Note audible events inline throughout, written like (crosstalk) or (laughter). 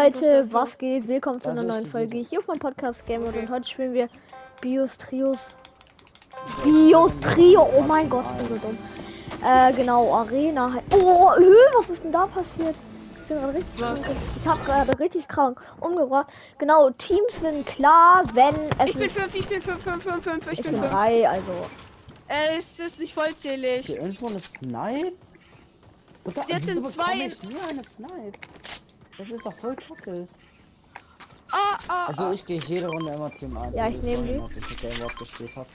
Leute, was geht? Willkommen zu einer neuen Folge hier auf meinem Podcast Gamer und heute spielen wir Bios Trios. Bios Trio, oh mein Gott, ich bin so dumm. Äh, genau, Arena. he- Oh, hö, was ist denn da passiert? Ich bin gerade richtig krank. Ich hab gerade richtig krank umgebracht. Genau, Teams sind klar, wenn es Ich bin nicht- 5, ich bin 5, 5, 5, 5, ich ich bin bin 5. drei, also. Äh, es ist nicht Ist vollzählig. hier irgendwo eine Snipe? Oder, Jetzt sind zwei in- Ich nie eine Snipe. Das ist doch voll kacke. Ah, ah, Also ah. ich gehe jede Runde immer Team 1. Ja, ich nehm die. Als ich mit Game World gespielt habe.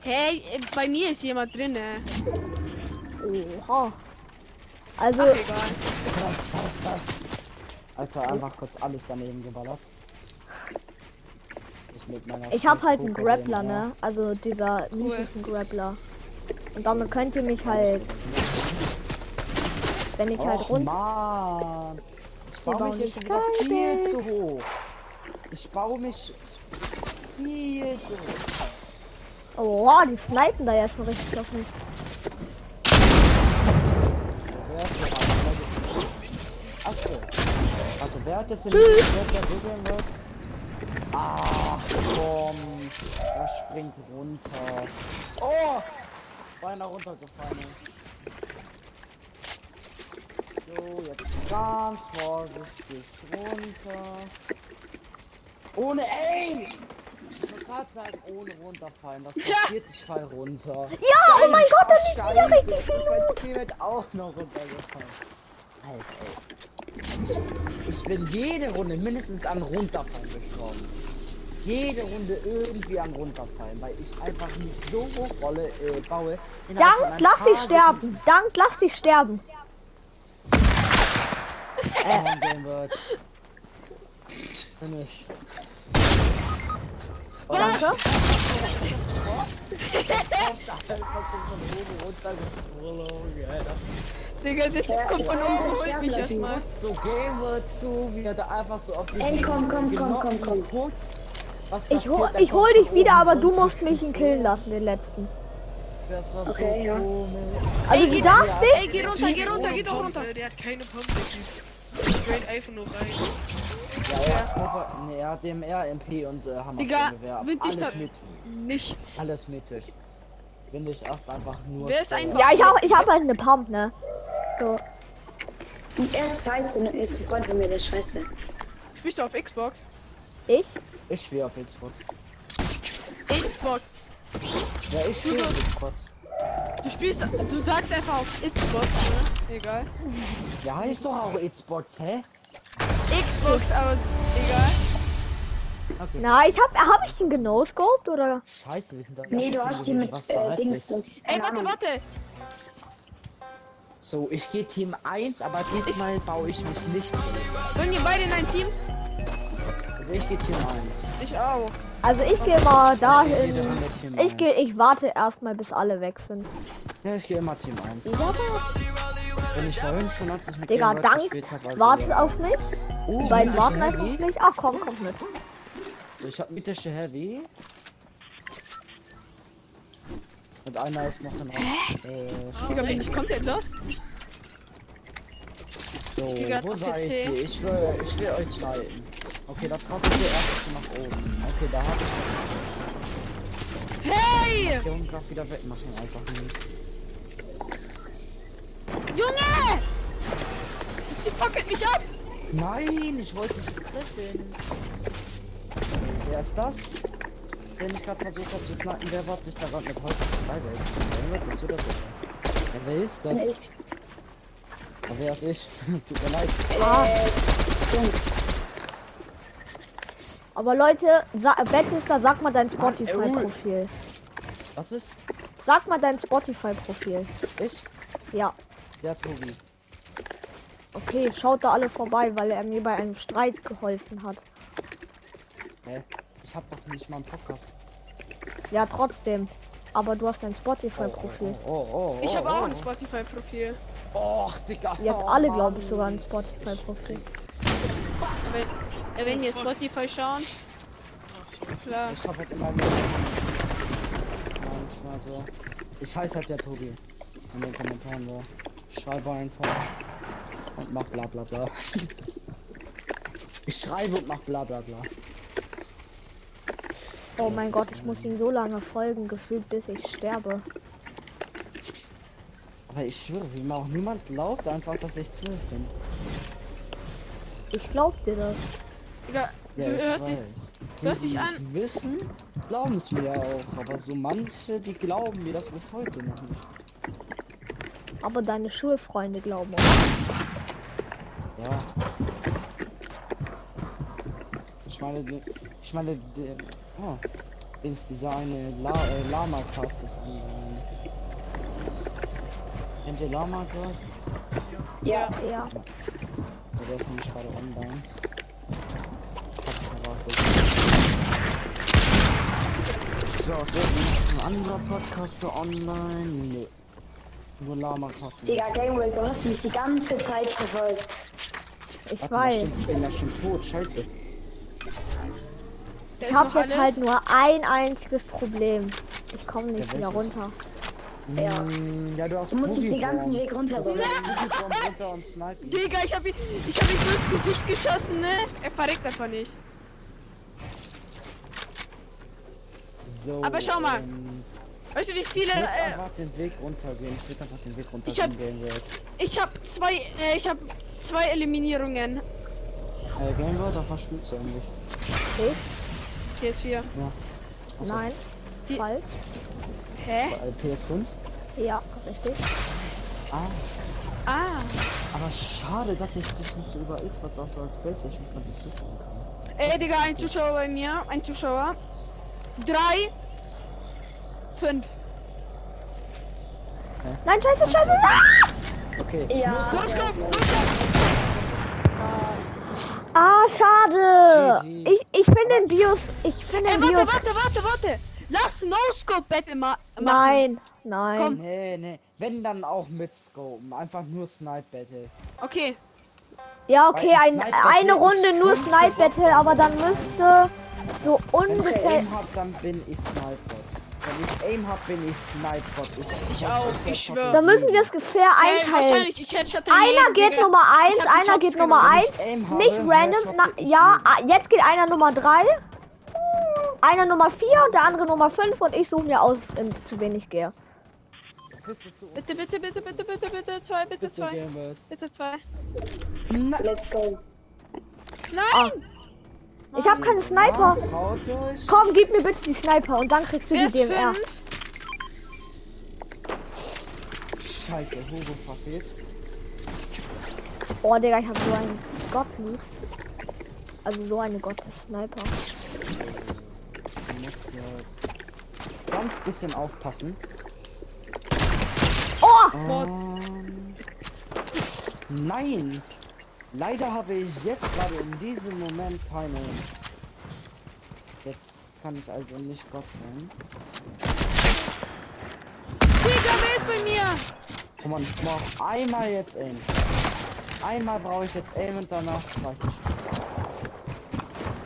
Hey, äh, bei mir ist jemand drin, äh. Oha. Also, Egal. Alter, einfach kurz alles daneben geballert. Ich, mit meiner ich hab scheiß halt einen Hupe Grappler, nebenher. ne? Also dieser niedlichen Grappler. Und damit könnt ihr mich halt, wenn ich halt Och, runter. Mann. Ich baue bauen mich hier die schon wieder Skype. viel zu hoch. Ich baue mich viel zu hoch. Oh, die snipen da ja schon richtig auf mich. Wer hat hier was? Achso. Warte, wer hat jetzt den Regeln wird? Ach komm. Er springt runter. Oh! Beinahe runtergefallen. So, jetzt ganz vorsichtig runter. Ohne Aim! Ich wollte gerade sagen, ohne runterfallen. Was Ja. passiert? Ich fall runter. Ja, oh mein Gott, das ist Scheiße, wieder richtig viel das war Mut. Teammate auch noch runtergefallen. Alter, ey. Ich, ich bin jede Runde mindestens an Runterfallen gestorben. Jede Runde irgendwie am Runterfallen, weil ich einfach nicht so hoch rolle, äh, baue. innerhalb von Dank, ein lass paar dich sterben. Dank, lass dich sterben. Sekunden. Nein, Game Bird. Nicht. Oh, (laughs) danke. halt Digga, das kommt von oben, holt mich erstmal. So Game World zu, wie er da einfach so auf die Ey, komm, komm, komm, komm, komm. Geputzt. Was Ich hol, passiert? Da ich kommt hol von dich wieder, oben aber du runter. musst mich ihn killen lassen, den letzten. Das war Okay, so ja. komisch. Also du darfst nicht. Ey, geh runter, geh runter, geh doch runter. Oh, Der hat keine Pumpe, die ist straight einfach nur rein. Ja, er hat Körper, nee, er hat DMR, MP und äh, Hammer. Digga, Gewehr. bin ich Alles da- mit, Nichts. alles mittig. Bin ich auch einfach nur. Wer ist Spieler. ein- Ja, ich hab, ich hab halt eine Pump, ne? So. Er ist scheiße, ne? ist ein Freund von mir, der ist scheiße. Spielst du auf Xbox? Ich? Ich spiele auf Xbox. Xbox. Ja, ich spiele auf Xbox. Du spielst, du sagst einfach auf Xbox, ne? Egal. Ja, heißt doch auch Xbox, hä? Xbox, aber egal. Okay. Na, ich hab, hab ich ihn genoscoped oder? Scheiße, wir sind das Nee, erste du Team hast die gewesen, mit was äh, verhältst Dings. dich? das- Ey, keine warte, Ahnung. warte. So, ich gehe Team 1, aber diesmal baue ich mich nicht. Sollen ihr beide in ein Team? Also ich gehe Team 1. Ich auch. Also ich gehe mal Jede dahin. Runde Team Ich gehe, 1. ich warte erstmal, bis alle weg sind. Ja, ich gehe immer Team 1. Ja, aber- Wenn ich vorhin schon, als ich mit Digga, Game Boy dank, gespielt hab, war so wartet jetzt- auf mich. Oh, Die beiden mythische warten Heavy. einfach auf mich. Ach komm, kommt mit. So, ich hab mythische Heavy. Und einer ist noch im Rest. Äh, Digga, bin ich komplett lost? so, Digga, wo das seid PC. ihr? Ich will, ich will euch leiten. Okay, da traut ihr erst nach oben. Okay, da hab ich Hey! die Jungen grad wieder wegmachen einfach nicht. Junge! Die fackelt mich ab! Nein, ich wollte dich treffen. So, wer ist das? Den ich gerade versucht habe zu snacken, wer war sich da gerade mit Holz des Freibase? Wer bist du das? Ja, wer ist das? Nee, Ja, ich- wer ist ich? (laughs) Tut mir leid. Aber Leute, sa Battlestar, sag mal Ah, äh, uh. dein Spotify-Profil. Was ist? Sag mal dein Spotify-Profil. Ich? Ja. Der Tobi. Okay, schaut da alle vorbei, weil er mir bei einem Streit geholfen hat. Hä? Ich hab doch nicht mal einen Podcast. Ja, trotzdem. Aber du hast dein Oh, oh, Spotify-Profil. oh, oh, oh, Ich habe auch oh. ein Spotify-Profil. Och, Digga. Ihr habt alle, Oh, glaube ich, sogar ein Mann. Spotify-Profil. Wenn, äh, wenn ihr Spotify schauen. Klar. Ich hab halt immer mehr. Manchmal so. Ich heiße halt der Tobi. In den Kommentaren so. Schreibe einfach. Und mach bla bla bla. (laughs) Ich schreibe und mach bla bla bla. Oh mein Gott, ich muss ihm so lange folgen, gefühlt bis ich sterbe. Aber ich schwöre, wie mir auch niemand glaubt einfach, dass ich zu bin. Ich glaub dir das. Digga, Ja, du ich hörst dich. weiß. du hörst die, dich die an. es wissen, glauben es mir auch. Aber so manche, die glauben mir das bis heute noch nicht. Aber deine Schulfreunde glauben auch. Ja. Ich meine, die- ich meine, der. Oh. Dings, dieser eine La äh, Lama-Cast ist online. Kennt ihr Lama-Cast? Ja. Ja. Ja, der ist nämlich gerade online. So, es wird noch ein anderer Podcaster online. Nö. Nur Lama-Cast. Digga, Gamewell, du hast mich die ganze Zeit verfolgt. Ich Warte mal, weiß. stimmt, ich bin ja schon tot, scheiße. Der Ich ist habe noch jetzt alle. halt nur ein einziges Problem. Ich komme nicht Ja, wieder welches? runter. Ja. Mm, ja, du hast Du musst dich den Booty-Bomb. ganzen Weg runter Das ist Booty-Bomb runter und snipen. Digga, ich hab ihn. Ich hab ihn so ins Gesicht geschossen, ne? Er verreckt einfach nicht. So, Aber schau mal. Ähm, Weißt du, wie viele. ich würd Äh, einfach den Weg runtergehen. Ich würde einfach den Weg runtergehen. Ich hab- Gameworld. ich hab zwei. Äh, ich hab zwei Eliminierungen. Äh, Gameworld, davon spielst du eigentlich. PS4. Achso, Nein. Die- Falsch. Hä? Äh, PS5? Ja, richtig. Ah, Ah. aber schade, dass ich dich nicht so über Xbox auch so als Playstation von dir zufügen kann. Ey, Äh, Digga, ein Zuschauer bei mir. Ein Zuschauer. Drei. Fünf. Nein, scheiße, scheiße. nein! Okay. Ja. Los, komm, los, Ah, schade. GG. Ich, ich bin den Bios. Ich bin Ey, den warte, Bios. warte, warte, warte. Lass Scope Battle ma machen. Nein, nein. Komm. Nee, nee. Wenn dann auch mit Scopen. Einfach nur Snipe Battle. Okay. Ja, okay, Weil ein, Snipe Battle eine ist Runde nur schon Snipe Battle, aber dann müsste so Wenn ich ungefähr. Aim hab, dann bin ich Snipebot. Wenn ich Aim hab, bin ich Snipebot. Ich, auch, ich schwör. Da müssen wir es fair Ey, einteilen. Äh, wahrscheinlich, ich hätte schon Einer geht Nummer eins, Ich hab die einer geht Jobs Nummer genommen. eins. ne? Nicht äh, random. Na, ja, ah, jetzt geht einer Nummer 3. Einer Nummer 4 und der andere Nummer 5 und ich suche mir aus, ähm, zu wen ich gehe. ah, Bitte, bitte, bitte, bitte, bitte, bitte, zwei, bitte, zwei. Bitte zwei. Let's go. Ah. Nein! Ich habe keinen Sniper. Traut euch. Komm, gib mir bitte die Sniper und dann kriegst du die DMR. PS5. Scheiße, Hugo verfehlt. Oh, Digga, ich habe so einen Gottlieb. Also so eine Gott-Sniper. Ich muss hier ganz bisschen aufpassen. Oh! Ähm, nein! Leider habe ich jetzt gerade in diesem Moment keine. Jetzt kann ich also nicht Gott sein. Digga, wer ist bei mir? Guck mal, Oh ich brauche einmal jetzt Aim. Einmal brauche ich jetzt Aim und danach reicht es.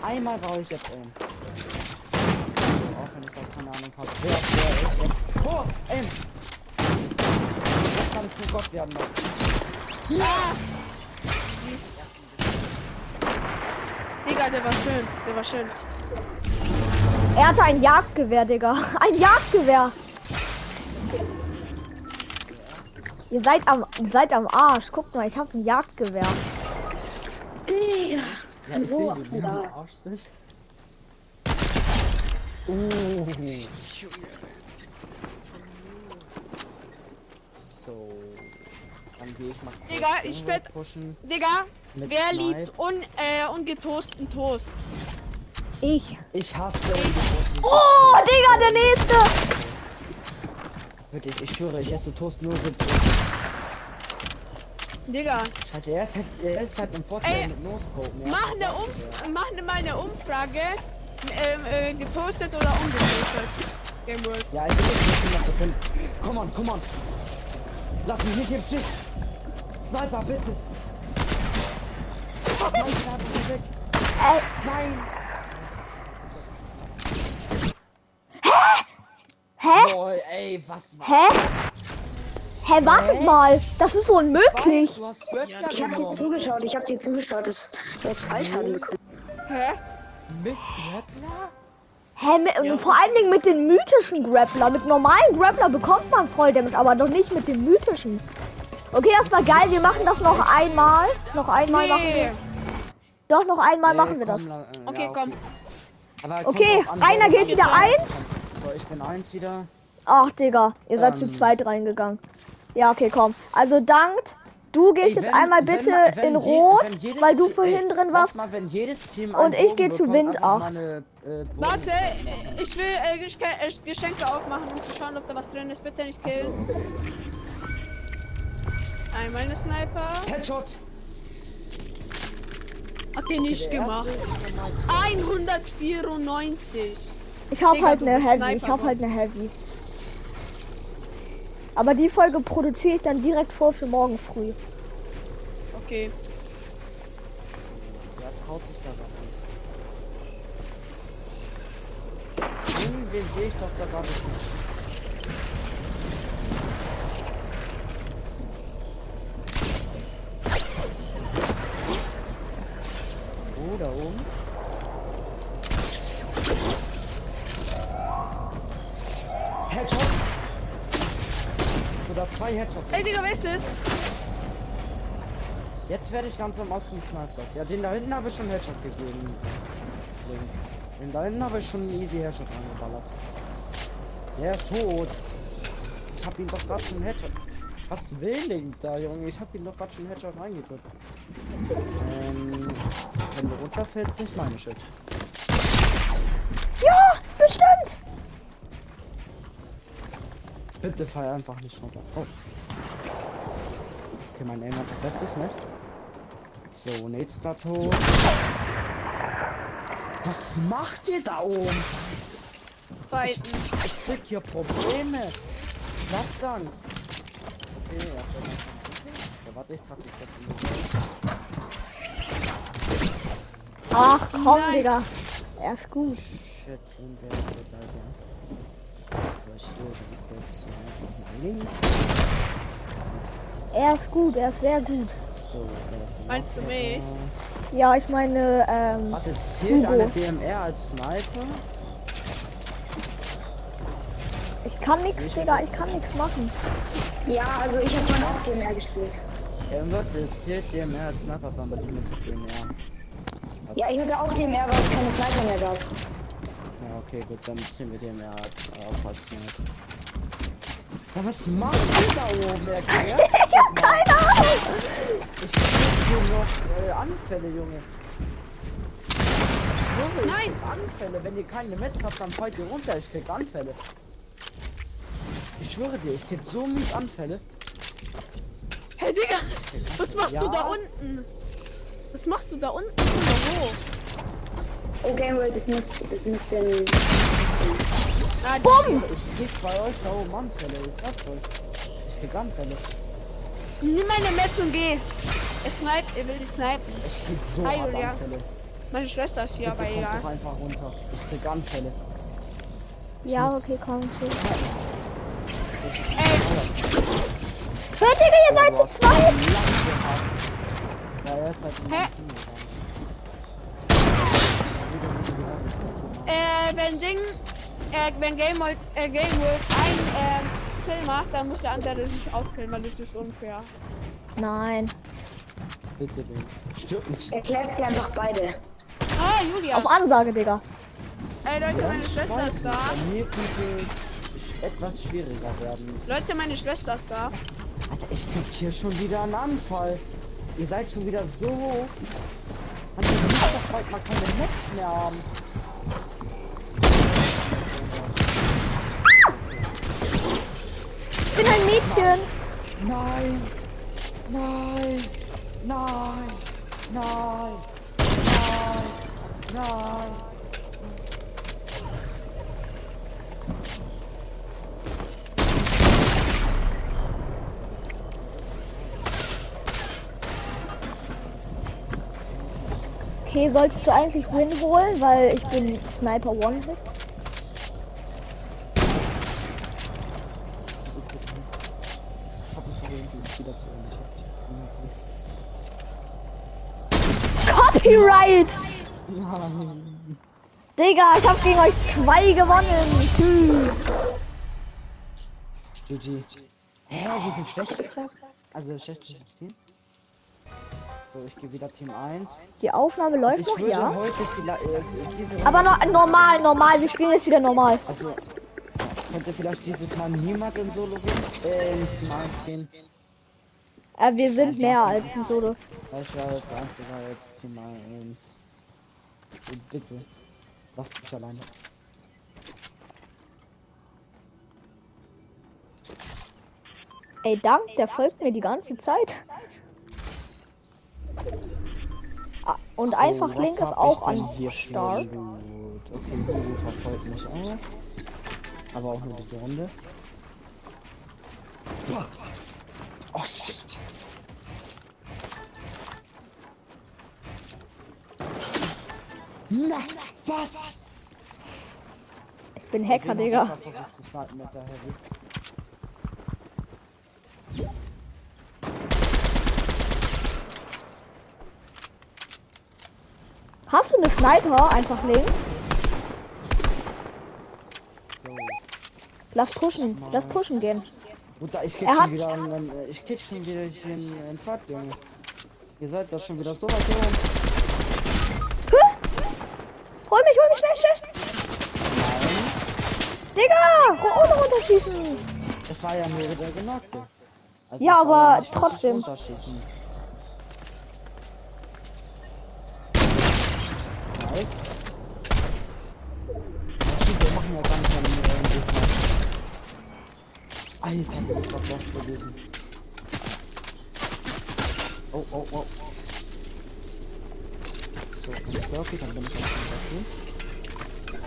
Einmal brauche ich jetzt Aim. Auch wenn ich gerade keine Ahnung habe. Wer, wer ist jetzt? Oh, Aim! Jetzt kann ich zu Gott werden noch. Digga, der war schön, der war schön. Er hatte ein Jagdgewehr, Digga. (laughs) Ein Jagdgewehr! Ihr seid am, seid am Arsch. Guckt mal, ich habe ein Jagdgewehr. Digga. Ja, ich Wo? sehe, wie die Ja. im Arsch sind. Oh. So. Dann gehe ich mal kurz Digga, ich Jungle werd- pushen. Digga, Mit wer Snipe. liebt un, äh, ungetoasten Toast? Ich. Ich hasse ungekochten Oh, Digga, der nächste! Wirklich, ich schwöre, ich esse Toast nur mit. Digga, Scheiße, er ist halt, er ist halt im Vorteil Ey, mit No-Scope. Ja. mach ne, um, mach ne mal eine Umfrage. Ähm, äh, getoastet oder ungetoastet? Game World. ja, ich bin jetzt 100%. Komm on, komm on. Lass mich nicht im Stich. Sniper, (laughs) bitte. Nein, Sniper, geh weg. Ey. Nein. Hä? Lol, ey, was war Hä? Hä, hey, wartet mal. Das ist Weiß, unmöglich. du hast Böttcher Ich hab genau. dir genommen. zugeschaut, ich hab dir zugeschaut, dass du hast Fallschaden bekommen. Hä? Mit Böttler? Hä, hey, vor allen Dingen mit den mythischen Grappler. Mit normalen Grappler bekommt man voll Damage, aber doch nicht mit dem mythischen. Okay, das war geil. Wir machen das noch einmal. Noch einmal machen Nee. wir. Doch, noch einmal Nee, machen wir komm, das. la- äh, Okay, komm. Aber Okay, kommt drauf an, einer warum geht man wieder das ein. macht. So, ich bin eins wieder. Ach, Digga, ihr seid zu Ähm. zweit reingegangen. Ja, okay, komm. Also dankt. Du gehst Ey, jetzt wenn- einmal wenn bitte ma- wenn in je- Rot, wenn jedes weil du Te- vorhin ey, drin lass warst. Mal, wenn jedes Team Und einen ich geh Bogen zu bekommt, Wind einfach mal acht. eine, äh, Bogen- Warte, äh, ich will äh, Geschenke, äh, Geschenke aufmachen, um zu schauen, ob da was drin ist. Bitte nicht killen. Einmal eine Sniper. Headshot! Hat die nicht gemacht. 194. Ich hab Digga, halt du ne bist Heavy, ich hab Sniper, halt ne Heavy. Aber die Folge produziere ich dann direkt vor für morgen früh. Okay. Wer traut sich da gar nicht? Irgendwen sehe ich doch da gar nicht. Oh, da oben. Headshot! Oder zwei Headshots. Ey, Digga, wer ist das? Jetzt werde ich langsam aus dem Sniper. Ja, den da hinten habe ich schon Headshot gegeben. Link. Den da hinten habe ich schon einen easy Headshot angeballert. Der ist tot. Ich habe ihn doch gerade schon Headshot. Was will Link da, Junge? Ich habe ihn doch gerade schon Headshot reingedrückt. Ähm, wenn du runterfällst, nicht meine Shit. Ja, bestimmt! Bitte fall einfach nicht runter. Oh. Okay, mein Aim hat bestes, ne? So, nächster da tot. Was macht ihr da oben? Ich, Fighten. ich krieg hier Probleme. Lasst uns. Okay, ja, okay. So, warte, ich trage dich jetzt in die Ach komm, Nein. Digga. Er ist gut. Oh, Shit, und wer ist der gleiche? So, ich hier dann kurz zu meinem Link. Er ist gut, er ist sehr gut. So, wer ist denn Meinst du noch mich? da? Ja, ich meine, ähm. Warte, zählt Hugo. eine DMR als Sniper? Ich kann nichts, Sicher? Digga, ich kann nichts machen. Ja, also ich hab mal auch DMR gespielt. Ja, und warte, zählt DMR als Sniper, dann bei dir mit DMR. Ja, ich hatte auch DMR, weil es keine Sniper mehr gab. Ja, okay, gut, dann zählen wir DMR als, äh, auch als Sniper. Ja, was macht ihr da oben? Erklärt euch das mal. Keine Ahnung! Ich hab hier noch äh, Anfälle, Junge. Ich schwöre, ich Nein. krieg Anfälle. Wenn ihr keine Metz habt, dann fallt ihr runter. Ich krieg Anfälle. Ich schwöre dir, ich krieg so mies Anfälle. Hey, Digga, was machst Ja? du da unten? Was machst du da unten? Komm da hoch. Oh, Game World, das muss, das muss denn... Ah, Bumm! Ich krieg bei euch da oben Anfälle. Ist das so? Ich krieg Anfälle. Nimm meine Metz und geh. Er sniped, er will dich snipen. Ich krieg so Hi, hart Julia. Anfälle. Meine Schwester ist hier, Bitte aber kommt egal. doch einfach runter. Ich krieg Anfälle. Ja, okay, komm, tschüss. Ey, Hört, Digga, ihr seid zu zweit! Ja, er ist halt in Hä? äh, wenn meinem Team gegangen. Ich bin hier. Ding, äh, wenn Game World, äh, Game World ein, äh, Kill macht, dann muss der andere sich auch killen, weil das ist unfair. Nein. Bitte den. Stirb nicht. Er klappt sie einfach beide. Ah, Julia. Auf Ansage, Digga. Ey, Leute, meine Schwester Weiß ist nicht, da. bei Mir könnte es etwas schwieriger werden. Leute, meine Schwester ist da. Alter, ich krieg hier schon wieder einen Anfall. Ihr seid schon wieder so hoch. Hat ihr nicht doch heute mal keine Netz mehr haben. Ich bin ein Mädchen. Nein! Nein! Nein! Nein! Nein! Nein! Okay, solltest du eigentlich Win holen, weil ich bin Sniper One-Hit. Ich hab Copyright! Nein. Digga, ich hab gegen euch zwei gewonnen. Hm. GG. Hä, sie sind schlecht das? Also schlechtes Team? So, ich gehe wieder Team 1. Die Aufnahme läuft Ich noch, würde ja. heute vielleicht äh, diese Aber no normal, normal, wir spielen jetzt wieder normal. Also könnte vielleicht dieses Mal niemand in Solo gehen? Äh, in Team 1 gehen. Äh, wir sind mehr als ein Solo. Weil ich war jetzt einziger jetzt Team 1. Und bitte. Lass mich alleine. Ey, Dank, der folgt mir die ganze Zeit. Ah, Und einfach Oh, was Link ist hab ich auch denn an hier für Star. ein Loot? Okay, Lulu verfolgt mich auch. Aber auch nur diese Runde. Oh shit. Na, was? Ich bin Hacker, Den Digga. hab ich mal versucht zu snipen mit der Heavy. Hast du eine Sniper? Einfach Link. So. Lass pushen, lass pushen gehen. Bruder, ich kick Er schon hat- wieder und dann, äh, ich kick schon wieder hier in den Fahrt, Junge. Ihr seid das schon wieder so weit oben. Hol mich, hol mich, schnell, schnell, schnell. Digga, ru- ohne runterschießen. Das war ja nur der Genockte. Also Ja, es war aber nicht richtig trotzdem. runterschießen. Nice. Ja, stimmt, wir machen ja gar nicht mehr irgendwas. Alter, ich hab lost gewesen. Oh, oh, oh. So, das ist ja okay, dann bin ich auch schon dafür.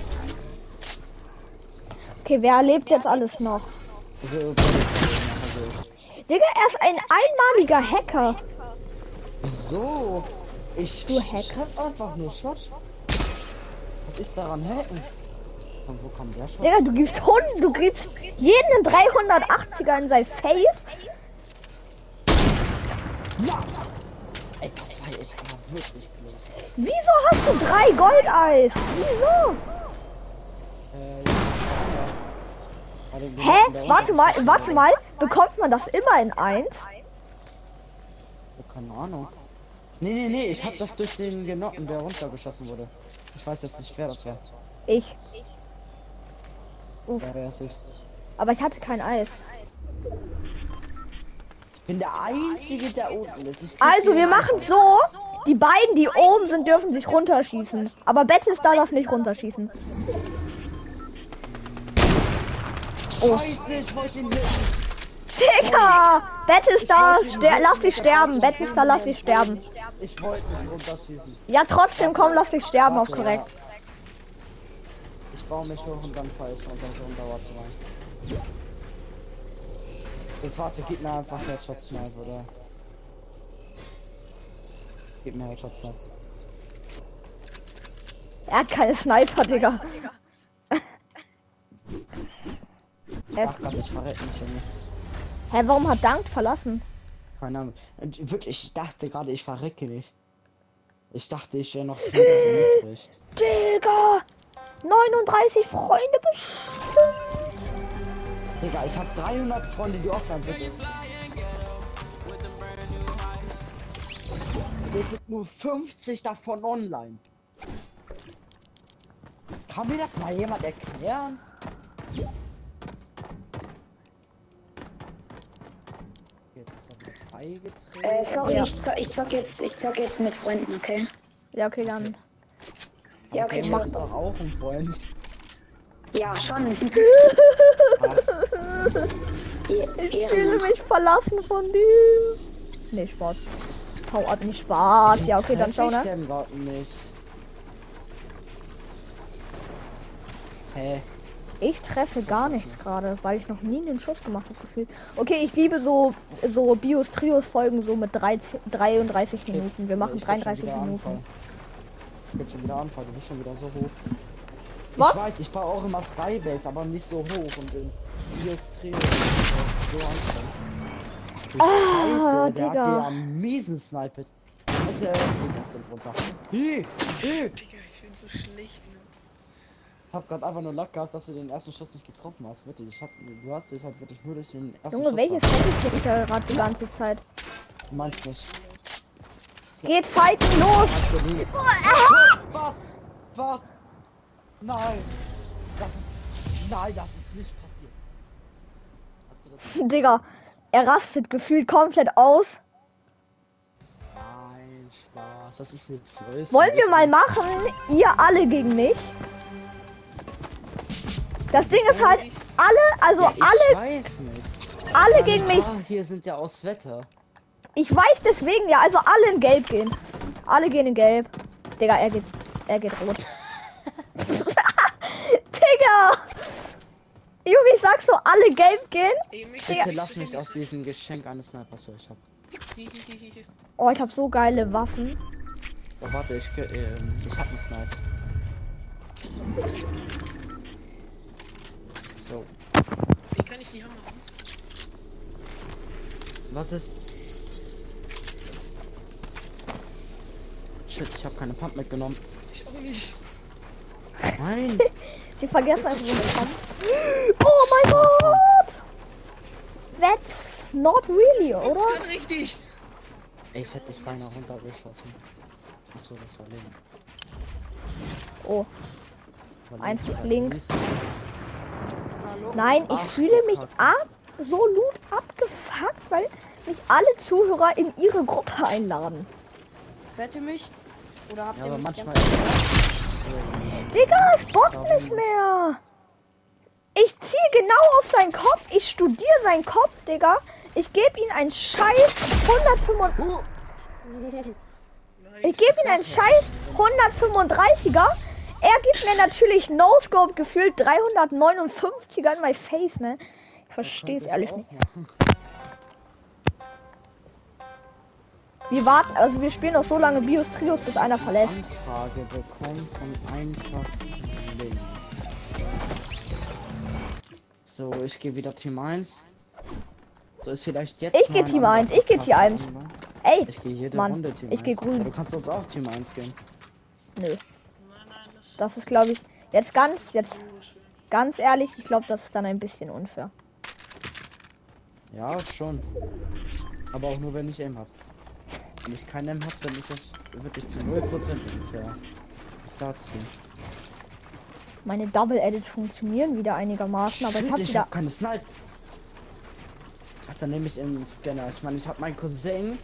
Okay, wer erlebt jetzt alles noch? Also, das ist also ich. Digga, er ist ein einmaliger Hacker. Wieso? Ich Du Hacker? treff einfach nur Shots. Was ist daran hacken? Von wo kommt der Shot? Digga, du gibst Hunden, du gibst jeden 380er in sein Face. Ey, das war jetzt aber wirklich blöd. Wieso hast du drei Goldeis? Wieso? Äh, ja, bei den Leuten da Hä? Warte unten mal, ist- warte mal. Bekommt man das immer in eins? Oh, keine Ahnung. Nee, nee, nee, ich hab das durch den Genotten, der runtergeschossen wurde. Ich weiß jetzt nicht, wer das war. Ich. Ja, wer ist ich? Aber ich hatte kein Eis. Ich bin der Einzige, der unten ist. Ich krieg Also, den wir einfach. machen so. Die beiden, die oben sind, dürfen sich runterschießen. Aber Battlestar darf nicht runterschießen. Oh. Scheiße, ich wollte ihn hitten. Digga! Battlestar, ster lass dich sterben. Battlestar, lass dich sterben. Ich wollte nicht runterschießen. Ja, trotzdem, komm, lass dich sterben, auch Warte, korrekt. ja. Ich baue mich hoch und dann fall ich runter, so ein Dauer zu rein. Jetzt warte, gib mir einfach Headshots Snipe, oder? Gib mir Headshots Snipe. Er hat keine Sniper, Digga. Hä, Ach Gott, ich verrät mich, Junge. hä, warum hat Dank verlassen? Keine Ahnung. Und Wirklich, ich dachte gerade, ich verrecke nicht. Ich dachte, ich wäre noch viel zu niedrig. Digga! 39 Freunde bestimmt. Digga, ich hab 300 Freunde, die offline sind. Es sind nur 50 davon online. Kann mir das mal jemand erklären? Jetzt ist er mit beigetreten. Äh, sorry, ich, zock, ich, zock jetzt, ich zock jetzt mit Freunden, okay? Ja, okay, dann. Ja, okay, du mach bist doch auch ein Freund. Ja, schon. Ach, Eh- Ich fühle Ehrenmann. mich verlassen von dir. Nee, Spaß. Hau ab, nicht Spaß. wie Ja, okay, dann treff schau, ich ne? denn überhaupt nicht? Hä? Ich treffe gar nichts gerade, weil ich noch nie einen Schuss gemacht habe, gefühlt. Okay, ich liebe so, so Bios-Trios-Folgen so mit 13, 33 Minuten. Wir machen Ich krieg schon 33 wieder Minuten. Anfall. Ich bin schon wieder Anfall, du bist schon wieder so hoch. Was? Ich weiß, ich baue auch immer Skybase, aber nicht so hoch und in Industrie. Das ist so anstrengend. Ach du Scheiße, der hat Ah, Digga. dir am miesen Sniper. äh, Eagles sind runter. Hi, hi. Digga, ich bin so schlecht. Ne? Ich hab grad einfach nur Luck gehabt, dass du den ersten Schuss nicht getroffen hast. Wirklich, ich hab, du hast dich halt wirklich nur durch den ersten Junge, Schuss. welches ver- Level kriegt er gerade die ganze Zeit? Meinst nicht. Geht fighten los! Meinst du nie. Was? Was? Nein. Das ist, nein, das ist nicht passiert. Hast du das? Digga, er rastet gefühlt komplett aus. Nein, Spaß. Das ist nicht so. ist Wollen wir nicht- mal machen, ihr alle gegen mich? Das Ding ist halt, alle, also ja, ich alle, weiß nicht. alle gegen mich. Ah, hier sind ja aus Wetter. Ich weiß deswegen ja, also alle in Gelb gehen. Alle gehen in Gelb. Digga, er geht, er geht (laughs) rot. (laughs) Digga! Junge, ich sag so, alle Gelb gehen. Ey, mich Bitte lass mich aus diesem Geschenk eines Snipers, was ich hab. diesem. Oh, ich hab so geile Waffen. So, warte, ich, geh- ähm, ich hab einen Sniper. So, Wie kann ich die Hammer haben? was ist? Shit, ich hab keine Pump mitgenommen. Ich auch nicht. (laughs) Nein, Sie vergessen einfach, wo wir kommen. Oh mein Gott! That's not really, Das oder? kann richtig. Ey, ich hätte dich beinahe runtergeschossen. Achso, das war Leben. Oh, Also Einfach links. Hallo? nein, ich fühle mich absolut abgefuckt, weil mich alle Zuhörer in ihre Gruppe einladen. Hört ihr mich? Oder habt Ja, ihr aber mich die manchmal. ganze Zeit? Digga, es bockt nicht mehr. Ich ziehe genau auf seinen Kopf. Ich studiere seinen Kopf, Digga. Ich gebe ihm einen scheiß 135. Oh. Nein. Ich gebe ihm einen scheiß 135er. Er gibt mir natürlich No-Scope gefühlt 359er in my face, ne? Ich verstehe es ehrlich nicht. Wir warten, also wir spielen noch so lange Bios Trios, bis einer verlässt. Anfrage bekommen von einfach Link. So, ich gehe wieder Team 1. So ist vielleicht jetzt. Ich geh mal ein Team 1, anderer ich geh Team Podcast 1. online. Ey, Ich gehe jede Mann, Runde Team ich geh 1. grün. Aber Du kannst uns auch Team 1 gehen. nö. Nein, nein, das Das ist, glaube ich, jetzt ganz, jetzt ist so schön. ganz ehrlich, ich glaube, das ist dann ein bisschen unfair. Ja, schon. Aber auch nur wenn ich M hab. Wenn ich kein M hab, dann ist das wirklich zu 0% unfair. Ich sag's dir. Meine Double Edits funktionieren wieder einigermaßen, aber ich Shit, habe wieder. hab keine Snipe. Ach, dann nehme ich einen Scanner. Ich meine, ich habe meinen Cousin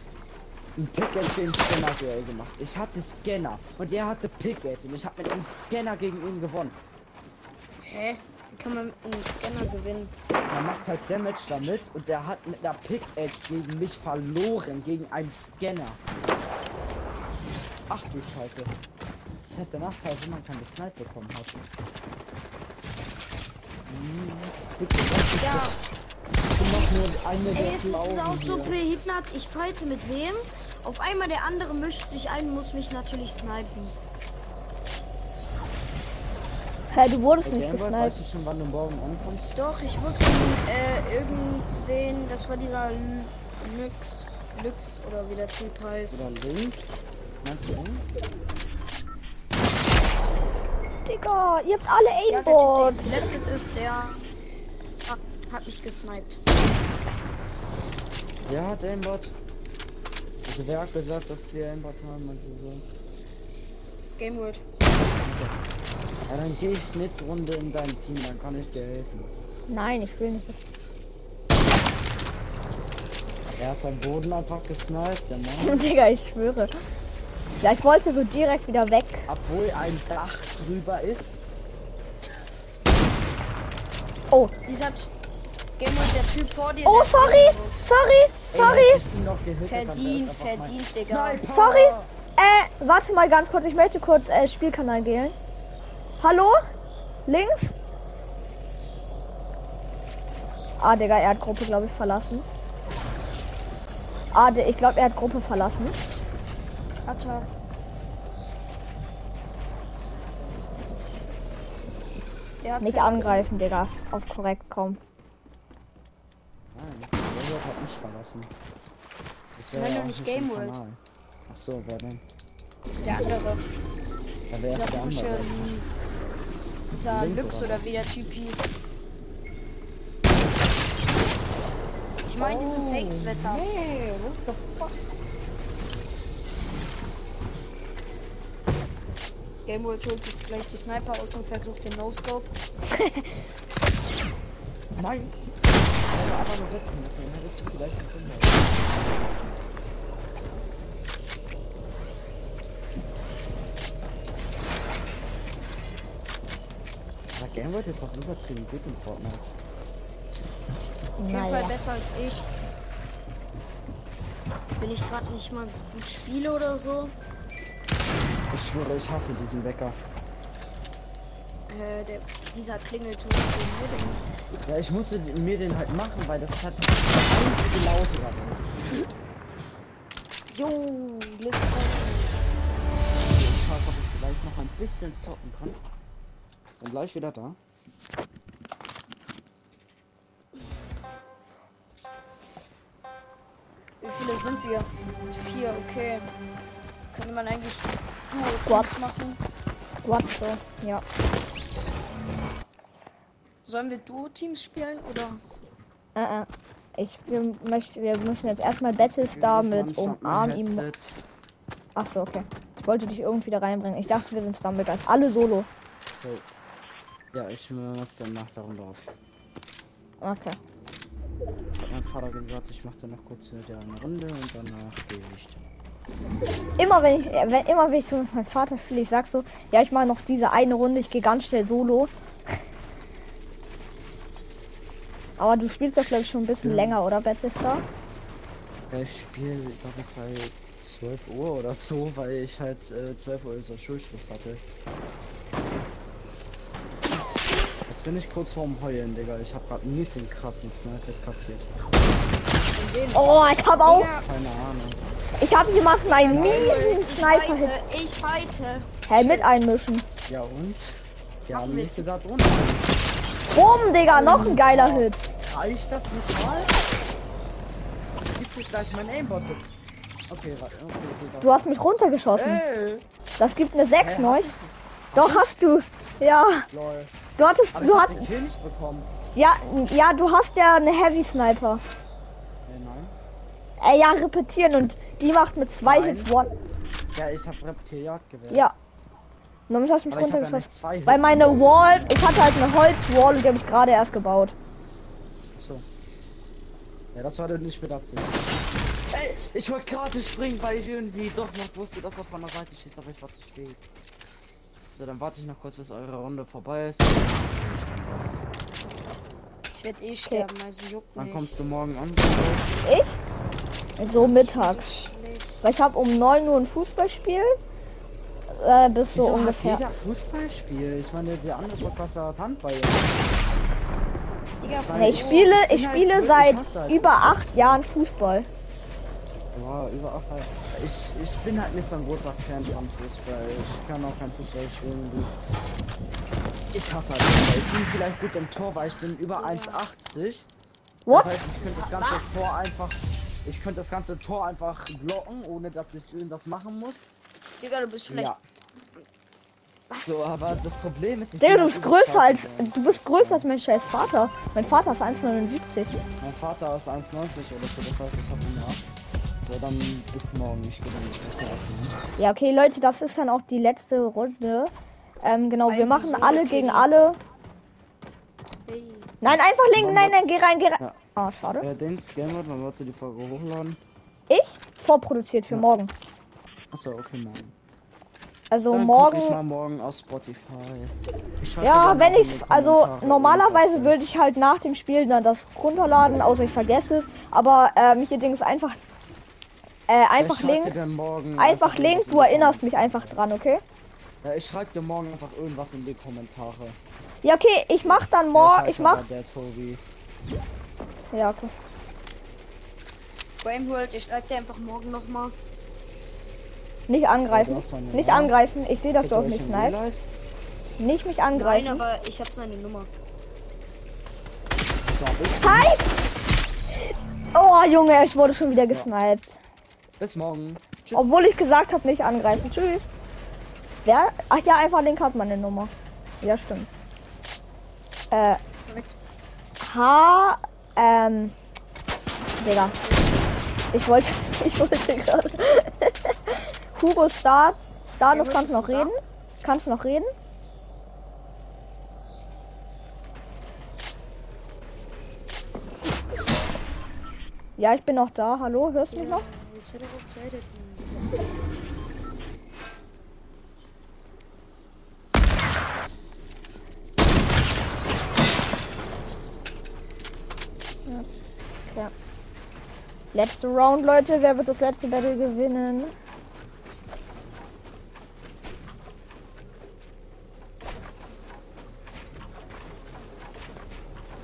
ein Pickaxe gegen Scanner Duell gemacht. Ich hatte Scanner und er hatte Pickaxe und ich habe mit einem Scanner gegen ihn gewonnen. Hä? Wie kann man mit einem Scanner gewinnen? Er macht halt Damage damit und er hat mit einer Pickaxe gegen mich verloren, gegen einen Scanner. Ach du Scheiße. Das ist halt der Nachteil, wenn man keine Snipe bekommen hat. Hm, bitte, lass mich Ja, doch noch nur eine der ey, es ist Blauen auch so hier. behindert. Ich fighte mit wem? Auf einmal der andere mischt sich ein, muss mich natürlich snipen. Hä, du wurdest Bei nicht Gameboy gesniped. weißt du schon, wann du morgen ankommst? Doch, ich wurde von, äh, irgendwen, das war dieser L- Lux, Lux oder wie der Typ heißt. Oder Link? Meinst du Link? Digga, ihr habt alle Ja, der Typ, der Aimbot. jetzt gelettet ist, der ah, hat mich gesniped. Wer hat Aimbot? Also wer hat gesagt, dass wir Aimbot haben? Also so. Game World. Ja, dann gehe ich nächste Runde in dein Team, dann kann ich dir helfen. Nein, ich will nicht. Er hat seinen Boden einfach gesniped, der (laughs) Mann. Digga, ich schwöre. Ja, ich wollte so direkt wieder weg. Obwohl ein Dach drüber ist. Oh, Dieser T- Game World, der Typ vor dir. oh, der- sorry, sorry, Ey, sorry. hätte ich ihn noch gehittet, dann wäre das Verdient, einfach mein verdient, Digga. Sniper! Sorry. Äh, warte mal ganz kurz, ich möchte kurz äh, Spielkanal gehen. Hallo? Links? Ah, Digga, er hat Gruppe, glaube ich, verlassen. Ah, Di- ich glaube, er hat Gruppe verlassen. Hat er. Der hat Nicht verlassen. angreifen, Digga. Auf korrekt kommen. Nein, der wird halt nicht verlassen. Das wäre Nein, ja doch auch nicht im Game World. Kanal. Ach so, wer denn? Der andere. Da wäre Dieser der komische. andere. Dieser Link Lux oder oder was? wie der Typ hieß. Ich meine diesen Fakes-Wetter. Oh. Hey, what the fuck? Gameboy holt jetzt gleich die Sniper aus und versucht den No-Scope. Nein! Ich hätte einfach nur setzen müssen, dann hättest du vielleicht gefunden. Aber Gameboy ist doch übertrieben gut in Fortnite. Auf jeden Naja. Fall besser als ich. Wenn ich gerade nicht mal gut spiele oder so. Ich schwöre, ich hasse diesen Wecker. Äh, der, dieser Klingelton. den wir denken. Ja, ich musste die- mir den halt machen, weil das hat das einzige Laute war das. Jo, Glitz kosten. Ich hoffe, ob ich vielleicht noch ein bisschen zocken kann. Bin gleich wieder da. Wie viele sind wir? Vier, okay. Könnte man eigentlich Duo-Teams Squad. machen? Squad so. Ja. Sollen wir Duo-Teams spielen oder? Äh, äh. Ich wir möchte, wir müssen jetzt erstmal Battlestar mit umarm ihm. Headset. Achso, okay. Ich wollte dich irgendwie da reinbringen. Ich dachte, wir sind damit als alle Solo. So. Ja, ich muss dann nach der Runde auf. Okay. Ich hab meinem Vater gesagt, ich mache dann noch kurz mit der eine Runde und danach gehe ich dann. Immer wenn ich, äh, wenn, immer wenn ich so mit meinem Vater spiele, ich sag so, ja, ich mache noch diese eine Runde, ich gehe ganz schnell Solo. Aber du spielst doch glaube ich schon ein bisschen länger, oder Battlestar? Ja, ich spiele, glaube ich, seit 12 halt Uhr oder so, weil ich halt äh, 12 Uhr so Schulschluss hatte. Jetzt bin ich kurz vorm Heulen, Digga. Ich habe gerade mies den krassen Sniper kassiert. Oh, ich habe auch, Keine Ahnung. ich habe jemanden einen miesen Ich Sniper hit. fighte, ich fighte. Hey, mit einmischen. Ja und? Wir Machen haben wir nicht zu- gesagt, und Bumm, Digga, noch ein geiler Hit. reicht das nicht mal? Ich geb dir gleich mein Aimbot. Okay, warte, okay, okay, das- Du hast mich runtergeschossen. Ey, Das gibt eine Äh. Hä, 6, hab ne? ich nicht. Doch hast du. Ja, Lol. du hattest, Aber ich du hab hast, den Kill nicht bekommen. ja, ja, du hast ja eine Heavy Sniper. Äh, nein. Äh, ja, repetieren und die macht mit zwei Nein. Hits One. Ja, ich hab Reptiliat gewählt. Ja. Nur mich hast du mich Aber ich hab ja nicht runtergeschossen. zwei Hits. Weil meine Wall, ich hatte halt eine Holzwall und die habe ich gerade erst gebaut. So. Ja, das war dann nicht mit Absicht. Ey, ich wollte gerade springen, weil ich irgendwie doch noch wusste, dass er von der Seite schießt, aber ich war zu spät. So, dann warte ich noch kurz, bis eure Runde vorbei ist. Ich werde eh sterben, also juckt Dann nicht. kommst du morgen an. So mittags. Weil ich habe um 9 Uhr ein Fußballspiel. Äh, bis so Wieso hat ungefähr. Jeder Fußballspiel. Ich meine, der andere Podcast hat Handball. Digga, Nee, ich spiele, ich bin halt spiele wirklich seit Hasser. über acht Jahren Fußball. Ja, über acht. Jahre. Ich, ich bin halt nicht so ein großer Fan von Fußball. Ich kann auch kein Fußball spielen gut. Ich hasse halt Fußball. Ich bin vielleicht gut im Tor, weil ich bin über 1,80. What? Das heißt, ich könnte das ganze Tor einfach. Ich könnte das ganze Tor einfach blocken, ohne dass ich irgendwas machen muss. Digga, du bist vielleicht. Ja. So, aber das Problem ist, ich Digga, du bin halt bist übel größer als. scheiße. Du bist größer als mein scheiß Vater. Mein Vater ist 1,79. Mein Vater ist 1,90 oder so, das heißt, ich habe ihn ab. So, dann bis morgen. Ich gehe dann jetzt nicht mehr aufnehmen. Ja, okay, Leute, das ist dann auch die letzte Runde. Ähm, genau, wir Ein machen Solo alle gegen- gegen alle. Hey. Nein, einfach linken, nein, nein, geh rein, geh rein. Ja. Ah, schade. Äh, den Scammer, dann wolltest du die Folge hochladen. Ich? Vorproduziert für morgen. Achso, okay, morgen. Also dann morgen. Guck ich mal morgen auf Spotify. Ich schalte Ja, dann wenn auch ich, in die also Kommentare normalerweise irgendwas würde ich halt nach dem Spiel dann das runterladen, außer ich vergesse es. Aber ähm, hier Ding ist einfach, äh, dann. einfach Ich schalte Link, dann morgen einfach irgendwas Link, in die du erinnerst mich Kommentare. einfach dran, okay? Ja, ich schreibe dir morgen einfach irgendwas in die Kommentare. Ja, okay, ich mach dann morgen, ich mach, Der Tobi. ja, okay. Game World, ich schreib dir einfach morgen nochmal. Nicht Ja, angreifen, du hast deine nicht Wahl. angreifen, ich sehe, dass Kennt du auf ihr mich euch im knallst. Real Life? Nicht mich Nein, angreifen. aber ich hab seine Nummer. So, hab ich. Oh, Junge, ich wurde schon wieder gesniped. Bis morgen. Tschüss. Obwohl ich gesagt habe, nicht angreifen. Tschüss. Wer? Ach ja, einfach Link hat meine Nummer. Ja, stimmt. Äh. H. Ähm. Digga. Ich wollte. (laughs) Ich wollte gerade. (laughs) Hugo Star. Starlos, kannst du noch reden? Kannst du noch reden? Ja, ich bin noch da. Hallo, hörst du mich noch? Jetzt wird darauf zweite. Letzte Round, Leute. Wer wird das letzte Battle gewinnen?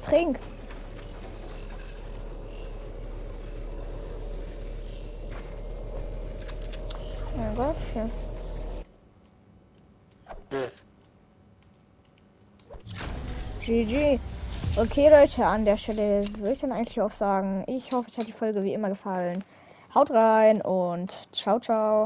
Trink. Mein Gottchen. GG. Okay, Leute, an der Stelle würde ich dann eigentlich auch sagen, ich hoffe, euch hat die Folge wie immer gefallen. Haut rein und ciao, ciao.